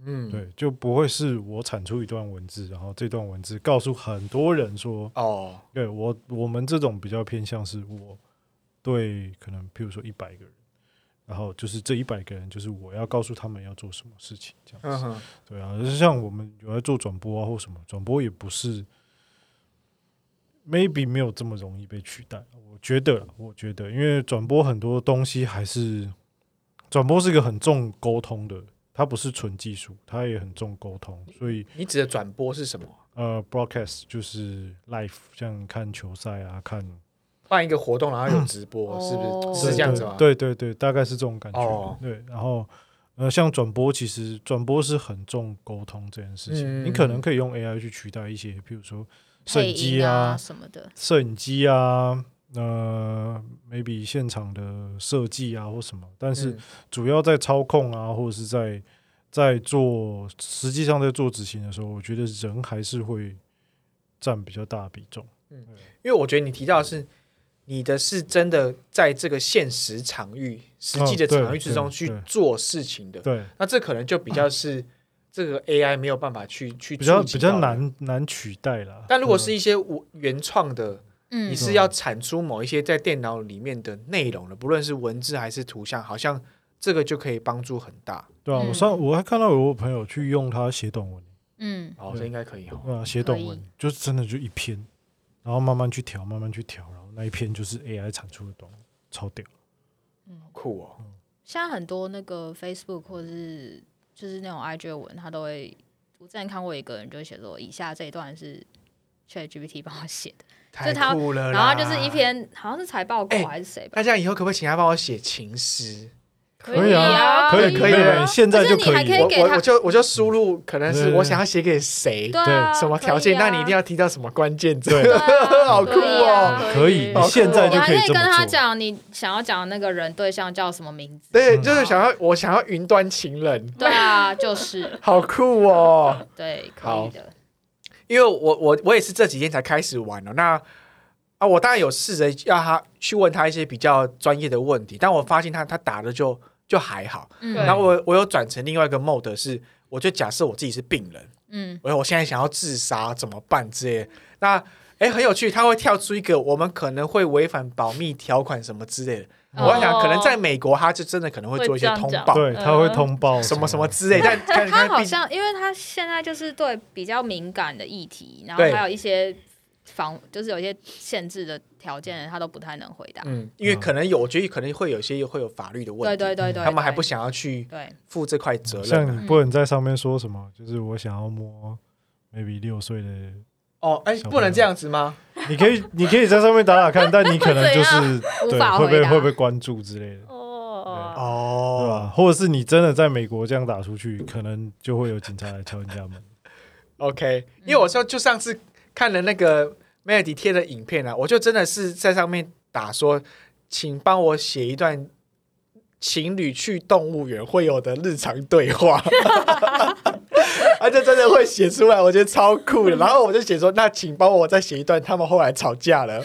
Speaker 3: 嗯，，
Speaker 4: 对，就不会是我产出一段文字，然后这段文字告诉很多人说，
Speaker 3: 哦，
Speaker 4: 对我我们这种比较偏向是我对可能譬如说一百个人，然后就是这一百个人就是我要告诉他们要做什么事情这样
Speaker 3: 嗯
Speaker 4: 子，
Speaker 3: 哼，
Speaker 4: 对啊，就是像我们有在做转播啊或什么，转播也不是 maybe 没有这么容易被取代，啊我觉得啦，我觉得，因为转播很多东西还是转播是一个很重沟通的，它不是纯技术，它也很重沟通，所以
Speaker 3: 你指的转播是什么？
Speaker 4: 呃，broadcast 就是 live，像看球赛啊，看
Speaker 3: 办一个活动，然后有直播，
Speaker 2: 哦
Speaker 3: 是不
Speaker 2: 哦
Speaker 3: 是？是这样子吗？，
Speaker 4: 对对对，对大概是这种感觉。
Speaker 3: 哦
Speaker 4: 对，然后呃，像转播，其实转播是很重沟通这件事情。
Speaker 3: 嗯
Speaker 4: 你可能可以用 AI 去取代一些，比如说摄
Speaker 2: 配
Speaker 4: 影机
Speaker 2: 音
Speaker 4: 啊、
Speaker 2: 什么的，
Speaker 4: 摄影机啊，呃，maybe 现场的设计啊或什么，但是
Speaker 3: 嗯
Speaker 4: 主要在操控啊，或者是在在做，实际上在做执行的时候，我觉得人还是会占比较大的比重。
Speaker 3: 因为我觉得你提到的是你的是真的在这个现实场域、实际的
Speaker 4: 嗯对
Speaker 3: 场域之中
Speaker 4: 对
Speaker 3: 去
Speaker 4: 对
Speaker 3: 做事情的，
Speaker 4: 对，
Speaker 3: 那这可能就比较是这个 AI 没有办法去去
Speaker 4: 比较
Speaker 3: 触及
Speaker 4: 比较
Speaker 3: 到的。
Speaker 4: 难难取代啦。
Speaker 3: 但如果
Speaker 4: 对
Speaker 3: 是一些我原创的，
Speaker 2: 嗯
Speaker 3: 你是要产出某一些在电脑里面的内容的，不论是文字还是图像，好像这个就可以帮助很大。
Speaker 4: 对啊，
Speaker 2: 嗯
Speaker 4: 我上我还看到有朋友去用它写短文，
Speaker 2: 嗯
Speaker 3: 哦，
Speaker 4: 对
Speaker 3: 这应该可以哦。
Speaker 4: 啊，写短
Speaker 2: 可以
Speaker 4: 文就是真的就一篇，然后慢慢去调，慢慢去调，然后那一篇就是 AI 产出的短文，超屌。
Speaker 3: 酷哦，
Speaker 2: 现在很多那个 Facebook 或者是就是那种 IG 的文，他都会，我之前看过一个人就写说，以下这一段是 ChatGPT 帮我写的，
Speaker 3: 太
Speaker 2: 就他
Speaker 3: 酷了
Speaker 2: 然后
Speaker 3: 啦！
Speaker 2: 他就是一篇好像是财报
Speaker 3: 哎
Speaker 2: 稿还是谁吧，
Speaker 3: 大家以后可不可以请他帮我写情诗？
Speaker 2: 可
Speaker 4: 以
Speaker 2: 啊，
Speaker 4: 可
Speaker 3: 可
Speaker 4: 以
Speaker 3: 以
Speaker 4: 可
Speaker 3: 可
Speaker 4: 以
Speaker 3: 以
Speaker 4: 可以
Speaker 3: 啊
Speaker 4: 现在
Speaker 2: 而且
Speaker 4: 就
Speaker 2: 你
Speaker 4: 可
Speaker 2: 还
Speaker 4: 以
Speaker 2: 可以
Speaker 4: 了
Speaker 3: 我
Speaker 2: 给
Speaker 3: 我
Speaker 2: 他
Speaker 3: 我就我就输入，可能
Speaker 4: 对
Speaker 3: 是
Speaker 4: 对
Speaker 3: 我想要写给谁，
Speaker 2: 对啊，
Speaker 3: 什么条件，
Speaker 2: 可以啊
Speaker 3: 那你一定要提到什么关键字。
Speaker 4: 对，
Speaker 3: 好酷
Speaker 2: 啊
Speaker 3: 哦
Speaker 4: 可以，
Speaker 3: 好
Speaker 4: 你
Speaker 3: 酷
Speaker 4: 现
Speaker 3: 哦
Speaker 4: 在
Speaker 2: 你
Speaker 4: 就
Speaker 2: 还
Speaker 4: 可以
Speaker 2: 可以
Speaker 4: 这
Speaker 2: 跟他
Speaker 4: 么做。
Speaker 2: 讲你想要讲的那个人对象叫什么名 字，
Speaker 3: 对，
Speaker 4: 嗯
Speaker 3: 就是想要我想要云端情人，
Speaker 2: 对啊，就是
Speaker 3: 好酷哦！
Speaker 2: 对，可
Speaker 3: 好
Speaker 2: 以的，
Speaker 3: 因为我我我也是这几天才开始玩哦。那啊，我当然有试着让他去问他一些比较专业的问题，但我发现他他答的就就还好。
Speaker 1: 对
Speaker 3: 然
Speaker 2: 嗯
Speaker 3: 后我我有转成另外一个 mode 是，我就假设我自己是病人，
Speaker 2: 嗯，
Speaker 3: 我我现在想要自杀怎么办之类的。那哎，很有趣，他会跳出一个我们可能会违反保密条款什么之类的。
Speaker 2: 哦
Speaker 3: 我在想，可能在美国，他就真的可能会做一些
Speaker 1: 会这样
Speaker 3: 通
Speaker 1: 讲
Speaker 3: 报，
Speaker 4: 对，他会
Speaker 1: 嗯
Speaker 4: 通报
Speaker 3: 什么什么
Speaker 4: 的
Speaker 3: 之类。 但但
Speaker 2: 他好
Speaker 3: 毕
Speaker 2: 像，因为他现在就是对比较敏感的议题，然后
Speaker 3: 对
Speaker 2: 还有一些防，就是有一些限制的条件，他都不太能回答。
Speaker 3: 嗯，因为可能有，我觉得可能会有些会有法律的问
Speaker 2: 对对
Speaker 3: 题，
Speaker 2: 对对，
Speaker 3: 他们还不
Speaker 2: 对
Speaker 3: 想要去
Speaker 2: 对，
Speaker 3: 负这块责任啊。
Speaker 4: 像你不能在上面说什么，就是我想要摸 maybe 六岁的
Speaker 3: 哦，哎，
Speaker 4: 小朋友
Speaker 3: 不能这样子吗？
Speaker 4: 你可 以，你可以在上面打打看，但你可能就
Speaker 2: 怎
Speaker 4: 是
Speaker 2: 无
Speaker 4: 对
Speaker 2: 法
Speaker 4: 会被
Speaker 2: 回答
Speaker 4: 会被关注之类的，
Speaker 1: 哦，
Speaker 4: 对
Speaker 3: 哦
Speaker 4: 吧？或者是你真的在美国这样打出去，可能就会有警察来敲你家门。
Speaker 3: ，OK，因为我说就上次看了那个 Melody 贴的影片啊，我就真的是在上面打说，请帮我写一段情侣去动物园会有的日常对话。啊，就真的会写出来，我觉得超酷的。然后我就写说，那请帮我再写一段他们后来吵架了，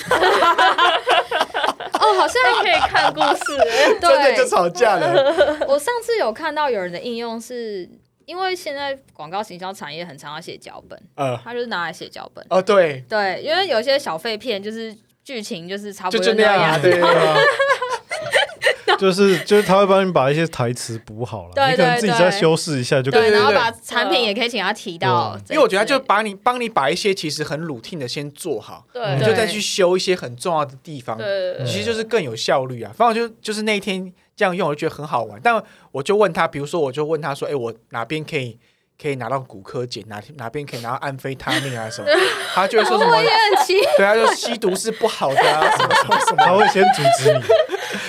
Speaker 2: 哦， 好像
Speaker 1: 可以看故事 欸，
Speaker 3: 真的就
Speaker 2: 对，
Speaker 3: 吵架了。
Speaker 2: 我上次有看到有人的应用是。因为现在广告行销产业很常要写脚本，
Speaker 3: 呃，
Speaker 2: 他就是拿来写脚本。
Speaker 3: 哦，对，
Speaker 2: 对，因为有些小废片就是剧情就是差不
Speaker 3: 就
Speaker 2: 多
Speaker 3: 就那
Speaker 2: 那
Speaker 3: 样啊，对对对。
Speaker 4: 就是就是他会帮你把一些台词补好了，
Speaker 2: 对
Speaker 4: 你可能
Speaker 2: 对
Speaker 4: 自己
Speaker 2: 对
Speaker 4: 再修饰一下就可
Speaker 2: 对，
Speaker 4: 以。
Speaker 2: 然后
Speaker 3: 对对嗯
Speaker 2: 把产品也可以请他提到这一类的。
Speaker 3: 因为我觉得他就把你帮你把一些其实很 routine 的先做好，
Speaker 1: 对，
Speaker 4: 嗯
Speaker 3: 你
Speaker 1: 对
Speaker 3: 就再去修一些很重要的地方，
Speaker 1: 对对
Speaker 3: 其实就是更有效率啊。反正我就就是那一天这样用，我就觉得很好玩。但我就问他，比如说我就问他说：“哎、我哪边可以可以拿到骨科碱，哪哪边可以拿到安非他命啊什么？”他就会说什么
Speaker 2: 我也。很奇
Speaker 3: 对，他就吸毒是不好的啊，什么什么什
Speaker 4: 他
Speaker 3: 么。
Speaker 4: 会先阻 止你，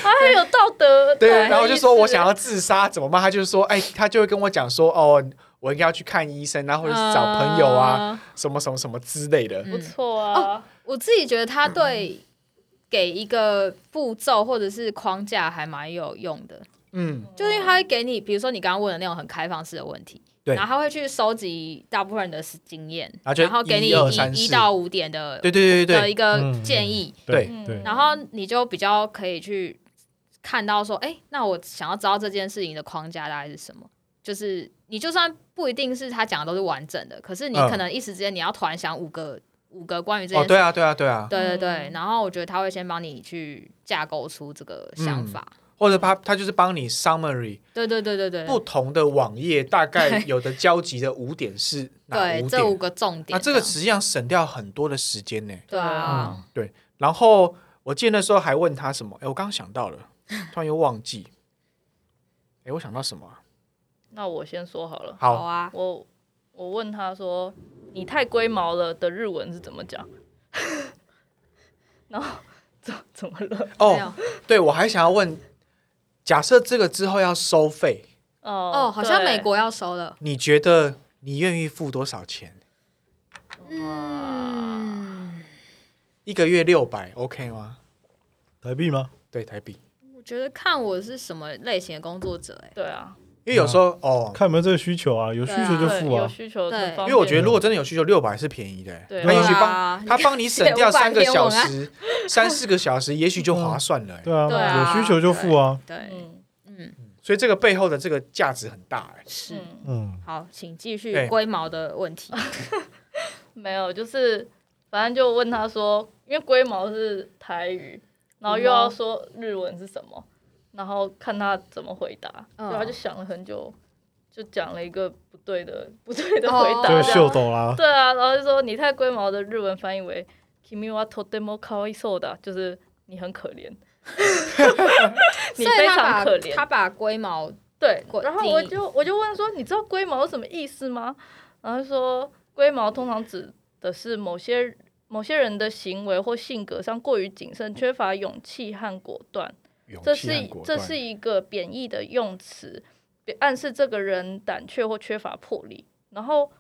Speaker 1: 他很啊有道德，
Speaker 3: 对，
Speaker 1: 道德
Speaker 3: 然后我就说
Speaker 1: 意识
Speaker 3: 我想要自杀怎么办？他就说，哎，他就会跟我讲说，哦，我应该要去看医生啊，或者是找朋友啊，。
Speaker 2: 嗯
Speaker 3: 什么什么什么之类的。
Speaker 1: 不错啊，
Speaker 2: 我自己觉得他对给一个步骤或者是框架还蛮有用的，
Speaker 3: 嗯，
Speaker 4: 哦
Speaker 2: 就是因为他会给你，比如说你刚刚问的那种很开放式的问题，
Speaker 3: 对
Speaker 2: 然后他会去收集大部分人的经验，
Speaker 3: 然后就
Speaker 2: 给你
Speaker 3: 一二三
Speaker 2: 一
Speaker 3: 四
Speaker 2: 到五点的
Speaker 3: 对对对
Speaker 2: 的
Speaker 3: 对
Speaker 2: 一
Speaker 3: 对，
Speaker 2: 个
Speaker 4: 嗯
Speaker 2: 建议，
Speaker 3: 对
Speaker 1: 嗯
Speaker 4: 对，
Speaker 2: 然后你就比较可以去看到说，哎，那我想要知道这件事情的框架大概是什么。就是你就算不一定是他讲的都是完整的，可是你
Speaker 3: 嗯
Speaker 2: 可能一时之间你要突然想五个五个关于这件
Speaker 3: 哦，
Speaker 2: 事
Speaker 3: 对啊，对啊，对啊，
Speaker 2: 对对对，
Speaker 1: 嗯
Speaker 2: 然后我觉得他会先帮你去架构出这个想法。
Speaker 3: 或者他他就是帮你 summary
Speaker 2: 对对对对对，
Speaker 3: 嗯不同的网页大概有的交集的五点 是哪
Speaker 2: 对
Speaker 3: 五
Speaker 2: 这五
Speaker 3: 点？
Speaker 2: 个重点。
Speaker 3: 那这个嗯实际上省掉很多的时间呢。
Speaker 2: 对啊，
Speaker 3: 然后我记得那时候还问他什么？哎，我刚刚想到了，突然又忘记。哎，我想到什么啊？
Speaker 1: 那我先说好了，
Speaker 2: 好
Speaker 3: 好，
Speaker 2: 啊，
Speaker 1: 我我问他说：“你太龟毛了”的日文是怎么讲？ 然后怎怎么了？
Speaker 2: 没
Speaker 3: 哦，
Speaker 2: 有
Speaker 3: 对，我还想要问，假设这个之后要收费，
Speaker 1: 哦
Speaker 2: 哦，好像
Speaker 1: 对
Speaker 2: 美国要收了。
Speaker 3: 你觉得你愿意付多少钱？
Speaker 2: 嗯，
Speaker 3: 一个月六百，OK 吗？
Speaker 4: 台币吗？
Speaker 3: 对，台币，
Speaker 2: 我觉得看我是什么类型的工作者、哎，
Speaker 1: 对啊，
Speaker 3: 因为有时候哦，
Speaker 4: 看有没有这个需求啊，有需求就
Speaker 1: 对，
Speaker 4: 付
Speaker 1: 有
Speaker 4: 啊。
Speaker 1: 需求
Speaker 2: 对
Speaker 1: 很
Speaker 3: 因
Speaker 1: 方便
Speaker 3: 为我觉得如果真的有需求，六百是便宜的。欸
Speaker 1: 对
Speaker 3: 他也许帮
Speaker 2: 啊
Speaker 3: 他帮你省 掉
Speaker 2: 500
Speaker 3: 三个
Speaker 1: 啊
Speaker 3: 小
Speaker 2: 篇
Speaker 3: 时、三四个小时，也许就划算了、欸
Speaker 4: 对啊，
Speaker 2: 对啊
Speaker 4: 有需求就付啊。
Speaker 2: 对，
Speaker 1: 嗯
Speaker 2: 嗯
Speaker 3: 所以这个背后的这个价值很大、欸。
Speaker 2: 是。
Speaker 1: 嗯，
Speaker 4: 嗯，
Speaker 2: 好，请继续
Speaker 3: 对
Speaker 2: 龟毛的问题。
Speaker 1: 没有，就是反正就问他说，因为龟毛是台语，然后又
Speaker 2: 嗯
Speaker 1: 要说日文是什么，然后看他怎么回答，
Speaker 2: 嗯
Speaker 1: 然后他就想了很久，就讲了一个不对的不对的
Speaker 2: 哦
Speaker 1: 回答，这
Speaker 4: 这个
Speaker 1: 样
Speaker 4: 秀逗啦，
Speaker 1: 对啊，然后就说你太龟毛的日文翻译为 “kimi wa todemo k a w a i s o 的，就是你很可 怜，你
Speaker 2: 所以
Speaker 1: 非
Speaker 2: 他
Speaker 1: 常
Speaker 2: 把
Speaker 1: 可怜。
Speaker 2: 他把龟毛
Speaker 1: 对
Speaker 2: 过，
Speaker 1: 然后我就我就问说，你知道龟毛是什么意思吗？然后他说龟毛通常指的是某些某些人的行为或性格上过于谨慎，缺乏勇气和果断。
Speaker 3: 勇
Speaker 1: 这
Speaker 3: 气
Speaker 1: 是
Speaker 3: 和果
Speaker 1: 这
Speaker 3: 断
Speaker 1: 是一个贬义的用词，表暗示这个人胆怯或缺乏魄力。然后，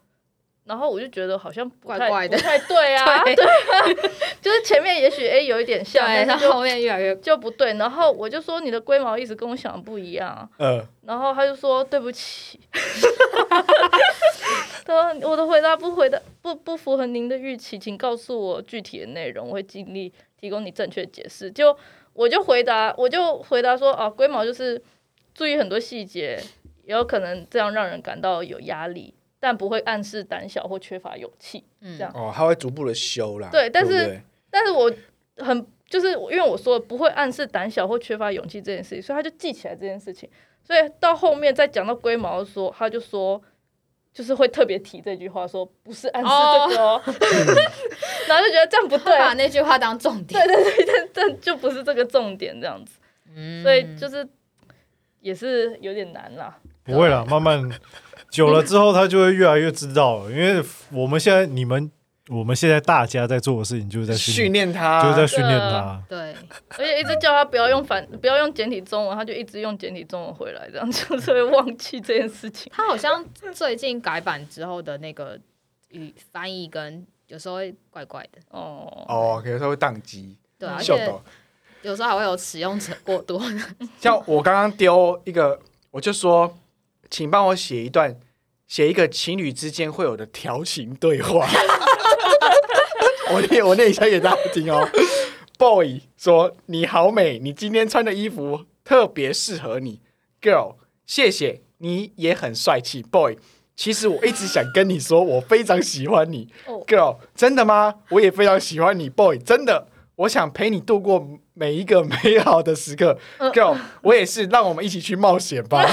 Speaker 1: 然后我就觉得好像不太
Speaker 2: 怪怪的
Speaker 1: 不太对啊，
Speaker 2: 对
Speaker 1: 就是前面也许哎、有一点像，
Speaker 2: 对，
Speaker 1: 但
Speaker 2: 到
Speaker 1: 是就
Speaker 2: 后面越来越
Speaker 1: 就不对。然后我就说你的龟毛意思跟我想的不一样啊，
Speaker 3: 呃，
Speaker 1: 然后他就说对不起， 他说我的回答不回答不不符合您的预期，请告诉我具体的内容，我会尽力提供你正确解释。就我就回答我就回答说啊，龟毛就是注意很多细节，也有可能这样让人感到有压力，但不会暗示胆小或缺乏勇气。
Speaker 2: 嗯
Speaker 1: 这样
Speaker 3: 哦，他会逐步的修啦。
Speaker 1: 对但
Speaker 3: 不
Speaker 1: 是
Speaker 3: 对
Speaker 1: 但是我很就是因为我说不会暗示胆小或缺乏勇气这件事情，所以他就记起来这件事情。所以到后面再讲到龟毛的时候，他就说，就是会特别提这句话说，不是暗示这个哦， 然后就觉得这样不对，啊
Speaker 2: 把那句话当重点。
Speaker 1: 这就不是这个重点这样子，
Speaker 2: 嗯
Speaker 1: 所以就是也是有点难啦。
Speaker 4: 不会啦，慢慢久了之后，他就会越来越知道了。因为我们现在你们，我们现在大家在做的事情就是在训
Speaker 3: 训
Speaker 4: 练，
Speaker 3: 练他，
Speaker 4: 就是在训练他。
Speaker 2: 对，
Speaker 1: 而且一直叫他不要用反，不要用简体中文，他就一直用简体中文回来，这样就是会忘记这件事情。
Speaker 2: 他好像最近改版之后的那个语翻译跟有时候会怪怪的，
Speaker 1: 哦，
Speaker 3: 哦，可能他会宕机，
Speaker 2: 对啊，而
Speaker 3: 秀
Speaker 2: 且
Speaker 3: 逗。
Speaker 2: 有时候还会有使用者过 多。
Speaker 3: 像我刚刚丢一个，我就说，请帮我写一段，写一个情侣之间会有的调情对话。 我念我念一下给大家听哦。Boy 说：“你好美，你今天穿的衣服特别适合你。”Girl，谢谢，你也很帅气。Boy，其实我一直想跟你说，我非常喜欢你。
Speaker 1: 哦
Speaker 3: Girl，真的吗？我也非常喜欢你，Boy，真的。我想陪你度过每一个美好的时刻，Girl，我
Speaker 2: 呃
Speaker 3: 也是，让我们一起去冒险 吧。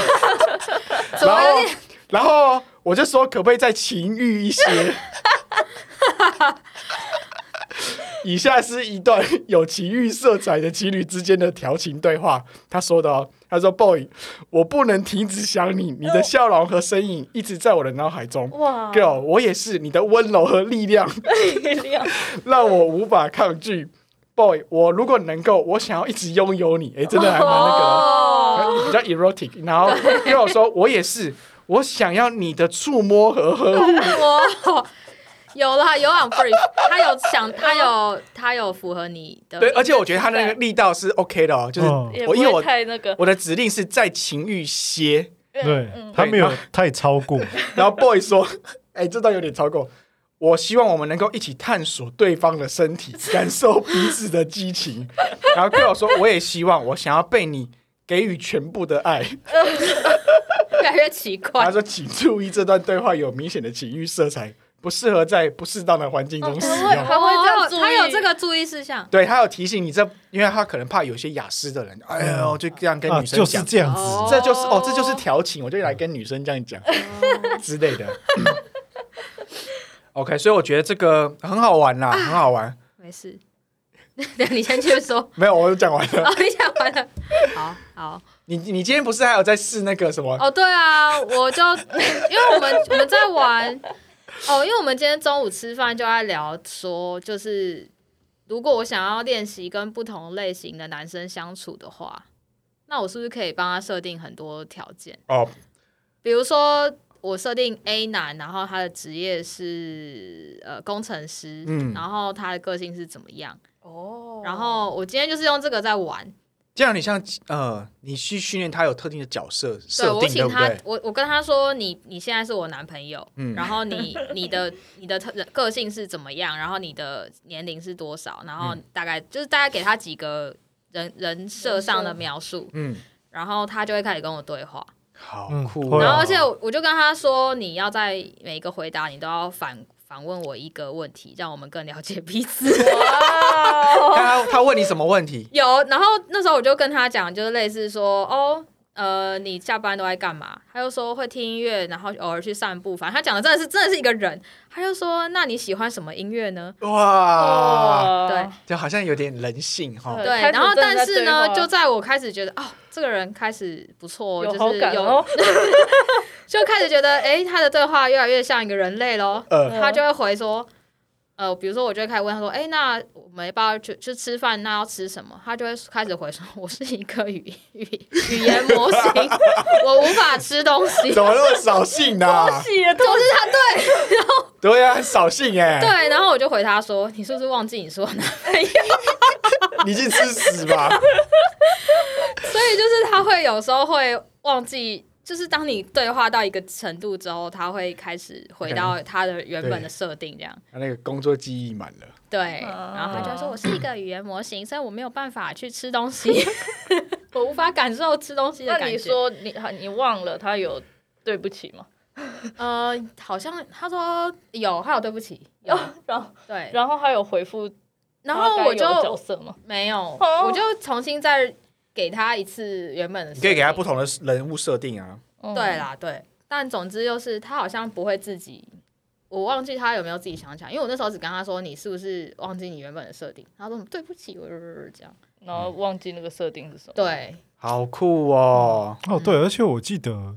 Speaker 2: 怎
Speaker 3: 然
Speaker 2: 么
Speaker 3: 后
Speaker 2: 有点，
Speaker 3: 然后我就说，可不可以再情欲 一些？以下是一段有情欲色彩的情侣之间的调情对话。他说的哦，他说：“Boy，我不能停止想你，你
Speaker 2: 哦
Speaker 3: 的笑容和身影一直在我的脑海中。
Speaker 1: 哇，
Speaker 3: Girl，我也是，你的温柔和力量
Speaker 1: 力量
Speaker 3: 让我无法抗拒。Boy，我如果能够，我想要一直拥有你。哎，真的还蛮那个的哦，
Speaker 2: 哦，
Speaker 3: 比较 erotic。然后 Girl 说，我也是，我想要你的触摸和呵护。
Speaker 2: 哇， 有啦，有 on brief，他有 想，他有他有符合你的，
Speaker 3: 对，而且我觉得他那个力道是 OK 的哦，就是
Speaker 4: 嗯
Speaker 1: 也不
Speaker 3: 我因为
Speaker 1: 会
Speaker 3: 我
Speaker 1: 太那个，
Speaker 3: 我的指令是在情欲些，
Speaker 4: 对
Speaker 1: 嗯，
Speaker 4: 他没有
Speaker 3: 对
Speaker 4: 太超过，
Speaker 3: 然后 boy 说，哎，这段有点超过。我希望我们能够一起探索对方的身体，感受彼此的激情。然后 girl 说，我也希望我想要被你给予全部的爱。
Speaker 2: 越来越奇
Speaker 3: 他
Speaker 2: 怪。
Speaker 3: 说，请注意这段对话有明显的情欲色彩，不适合在不适当的环境中使
Speaker 1: 哦
Speaker 3: 用。
Speaker 1: 他会这样
Speaker 2: 哦
Speaker 1: 注意
Speaker 2: 他有这个注意事项。
Speaker 3: 对他有提醒你这，因为他可能怕有些雅思的人，哎呦，就这样 跟
Speaker 4: 啊，
Speaker 3: 女生
Speaker 4: 就是
Speaker 3: 讲，
Speaker 4: 这样
Speaker 2: 哦
Speaker 4: 子。
Speaker 3: 这就是哦，这就是调情，我就来跟女生这样讲之类的。OK，所以我觉得这个很好玩
Speaker 2: 啊
Speaker 3: 啦，很好玩。
Speaker 2: 没 事，等你先去说。
Speaker 3: 没有，我讲完了。
Speaker 2: 哦，你讲完了。好好
Speaker 3: 你你今天不是还有在试那个什么？
Speaker 2: 哦，对啊，我就因为我们我们在玩哦，因为我们今天中午吃饭就在聊说，就是如果我想要练习跟不同类型的男生相处的话，那我是不是可以帮他设定很多条件？
Speaker 3: 哦，
Speaker 2: 比如说我设定 A 男，然后他的职业是呃工程师，
Speaker 3: 嗯
Speaker 2: 然后他的个性是怎么样？
Speaker 1: 哦
Speaker 2: 然后我今天就是用这个在玩，
Speaker 3: 这样你像呃，你去训练他有特定的角色设
Speaker 2: 啊我
Speaker 3: 定，对
Speaker 2: 请
Speaker 3: 不
Speaker 2: 他
Speaker 3: 对，？
Speaker 2: 我我跟他说你你现在是我男朋友，
Speaker 3: 嗯
Speaker 2: 然后你你的你的特个性是怎么样，然后你的年龄是多少，然
Speaker 3: 嗯
Speaker 2: 后大概、就是大概给他几个人人设上的描述，
Speaker 3: 嗯，
Speaker 2: 然后他就会开始跟我对话。
Speaker 3: 好
Speaker 4: 嗯
Speaker 3: 酷哦。
Speaker 4: 会啊
Speaker 2: 然后而且我我就跟他说，你要在每一个回答你都要反反问我一个问题，让我们更了解彼此。
Speaker 1: 哇，
Speaker 3: 他他问你什么问题？
Speaker 2: 有，然后那时候我就跟他讲，就是类似说，哦，呃，你下班都在干嘛？他就说会听音乐，然后偶尔去散步。反正他讲的真的是真的是一个人。他就说，那你喜欢什么音乐呢？
Speaker 3: 哇，
Speaker 1: 哇
Speaker 2: 对
Speaker 3: 就好像有点人性哈。
Speaker 1: 对
Speaker 2: 哦对，
Speaker 1: 开始
Speaker 2: 然后
Speaker 1: 真的
Speaker 2: 但
Speaker 1: 在
Speaker 2: 是
Speaker 1: 对话
Speaker 2: 呢，就在我开始觉得，哦，这个人开始不错，
Speaker 1: 有
Speaker 2: 就
Speaker 1: 好
Speaker 2: 是
Speaker 1: 感
Speaker 2: 有，
Speaker 1: 哦，
Speaker 2: 就开始觉得，哎，他的对话越来越像一个人类喽。
Speaker 3: 呃，
Speaker 1: 嗯
Speaker 2: 他就会回说，呃，比如说我就会开始问他说，哎、那我们要不要去去吃饭？那要吃什么？他就会开始回说，我是一个语语语言模型，我无法吃 东西。
Speaker 3: 怎么那么扫兴呢、
Speaker 1: 恭喜啊，
Speaker 2: 总之他对
Speaker 3: 对啊，很扫兴哎、
Speaker 2: 对，然后我就回他说，你是不是忘记你说呢？
Speaker 3: 你去吃屎吧！
Speaker 2: 所以就是他会有时候会忘记。就是当你对话到一个程度之后，他会开始回到他的原本的设定，这样
Speaker 3: 他那个工作记忆满了，
Speaker 2: 对。
Speaker 1: 啊
Speaker 2: 然后他就会说：“我是一个语言模型，所以我没有办法去吃 东西，我无法感受吃东西的
Speaker 1: 那
Speaker 2: 感觉。”
Speaker 1: 你说你你忘了他有对不起吗？
Speaker 2: 呃，好像他说有，还有对不起，有
Speaker 1: 哦然后
Speaker 2: 对，
Speaker 1: 然后他有回复，
Speaker 2: 哦然后我就
Speaker 1: 角色吗？
Speaker 2: 没有，
Speaker 1: 哦
Speaker 2: 我就重新再给他一次原本的，
Speaker 3: 你可以给他不，同的人物设定啊。
Speaker 1: 嗯
Speaker 2: 对，啦，对，但总之就是他好像不会自己，我忘记他有没有自己想起来，因为我那时候只跟他说你是不是忘记你原本的设定，他说对不起，我这样，
Speaker 1: 然后忘记那个设定是什么。，
Speaker 2: 对，
Speaker 3: 好酷哦！
Speaker 4: 哦，对，
Speaker 2: 嗯
Speaker 4: 而且我记得，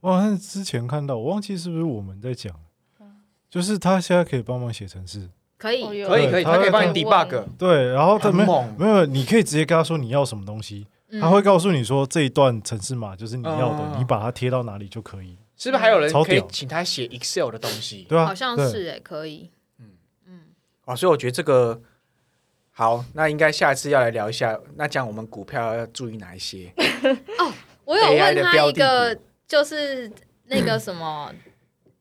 Speaker 4: 我好像之前看到，我忘记是不是我们在讲，
Speaker 2: 嗯
Speaker 4: 就是他现在可以帮忙写程式，
Speaker 2: 可以，
Speaker 1: 哦有
Speaker 3: 可以可以，
Speaker 4: 对
Speaker 3: 他可以帮你
Speaker 1: 他会
Speaker 3: debug，
Speaker 4: 对，然后他
Speaker 3: 很
Speaker 4: 没有
Speaker 3: 猛
Speaker 4: 没有，你可以直接跟他说你要什么东西，
Speaker 2: 嗯
Speaker 4: 他会告诉你说这一段程式码就是你要
Speaker 3: 嗯
Speaker 4: 的，你把它贴到哪里就可以，
Speaker 3: 是不是还有人
Speaker 4: 超
Speaker 3: 可以
Speaker 4: 屌
Speaker 3: 请他写 Excel 的东西？
Speaker 4: 对吧？啊
Speaker 2: 好像
Speaker 4: 对，
Speaker 2: 是哎，可以，
Speaker 3: 嗯
Speaker 2: 嗯
Speaker 3: 啊，所以我觉得这个好，那应该下一次要来聊一下，那讲我们股票要注意哪一些？
Speaker 2: 我有
Speaker 3: AI
Speaker 2: 问
Speaker 3: 的
Speaker 2: 他
Speaker 3: 标
Speaker 2: 一
Speaker 3: 的
Speaker 2: 个
Speaker 3: 股，
Speaker 2: 就是那个什么，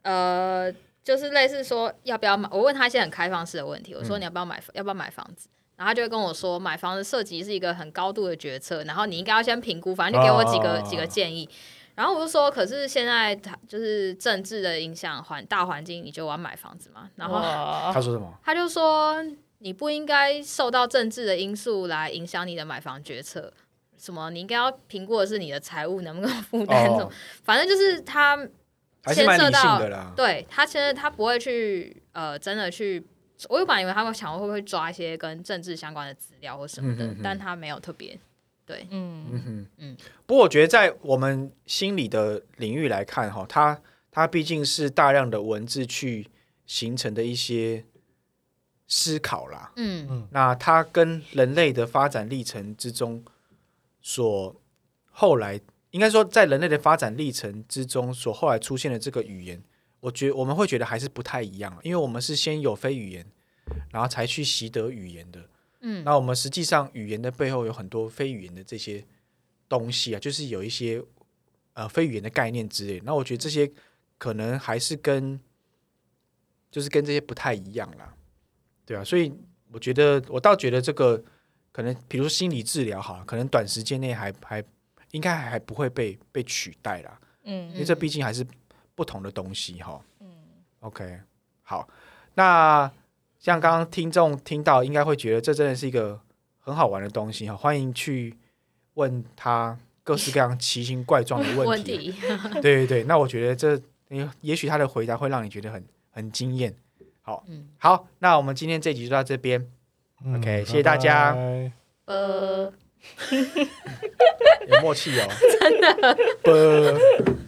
Speaker 2: 呃，就是类似说要不要买。我问他一些很开放式的问题，我说
Speaker 3: 嗯
Speaker 2: 你要不要买，要不要买房子？然后他就会跟我说，买房子涉及是一个很高度的决策，然后你应该要先评估，反正就给我几个、
Speaker 3: 哦
Speaker 2: 几个建议。然后我就说，可是现在他就是政治的影响环大环境，你就要买房子嘛？然后
Speaker 3: 他
Speaker 1: 后
Speaker 3: 说什么？
Speaker 2: 他就说你不应该受到政治的因素来影响你的买房决策，什么你应该要评估的是你的财务能不能负担，什么、
Speaker 3: 哦，
Speaker 2: 反正就是他
Speaker 3: 还是蛮理
Speaker 2: 牵涉
Speaker 3: 性
Speaker 2: 到
Speaker 3: 的啦。
Speaker 2: 对他其实他不会去呃真的去。我有本来以为他们想会不会抓一些跟政治相关的资料或什么的，
Speaker 3: 嗯哼哼
Speaker 2: 但他没有特别对，
Speaker 1: 嗯，
Speaker 3: 嗯哼，嗯
Speaker 2: 嗯。
Speaker 3: 不过我觉得在我们心理的领域来看，哈，它它毕竟是大量的文字去形成的一些思考啦。
Speaker 2: 嗯
Speaker 3: 那它跟人类的发展历程之中所后来，应该说在人类的发展历程之中所后来出现的这个语言，我觉我们会觉得还是不太一样，因为我们是先有非语言，然后才去习得语言的。
Speaker 2: 嗯，
Speaker 3: 那我们实际上语言的背后有很多非语言的这些东西啊，就是有一些呃非语言的概念之类。那我觉得这些可能还是跟就是跟这些不太一样啦，对啊。所以我觉得我倒觉得这个可能，比如说心理治疗好了，可能短时间内还还应该还还不会被被取代啦，因
Speaker 1: 嗯
Speaker 3: 为这
Speaker 2: 嗯
Speaker 3: 毕竟还是不同的东西哈。
Speaker 1: 嗯，
Speaker 3: OK，好，那像刚刚听众听到，应该会觉得这真的是一个很好玩的东西哈，欢迎去问他各式各样奇形怪状的问
Speaker 2: 问
Speaker 3: 题。啊
Speaker 2: 题，
Speaker 3: 对对对，那我觉得这，也也许他的回答会让你觉得很很惊艳。好，
Speaker 2: 嗯
Speaker 3: 好，那我们今天这集就到这边，
Speaker 4: 嗯
Speaker 3: OK，谢谢大家
Speaker 4: 拜拜
Speaker 1: 呃。
Speaker 3: 有默契哦，真的。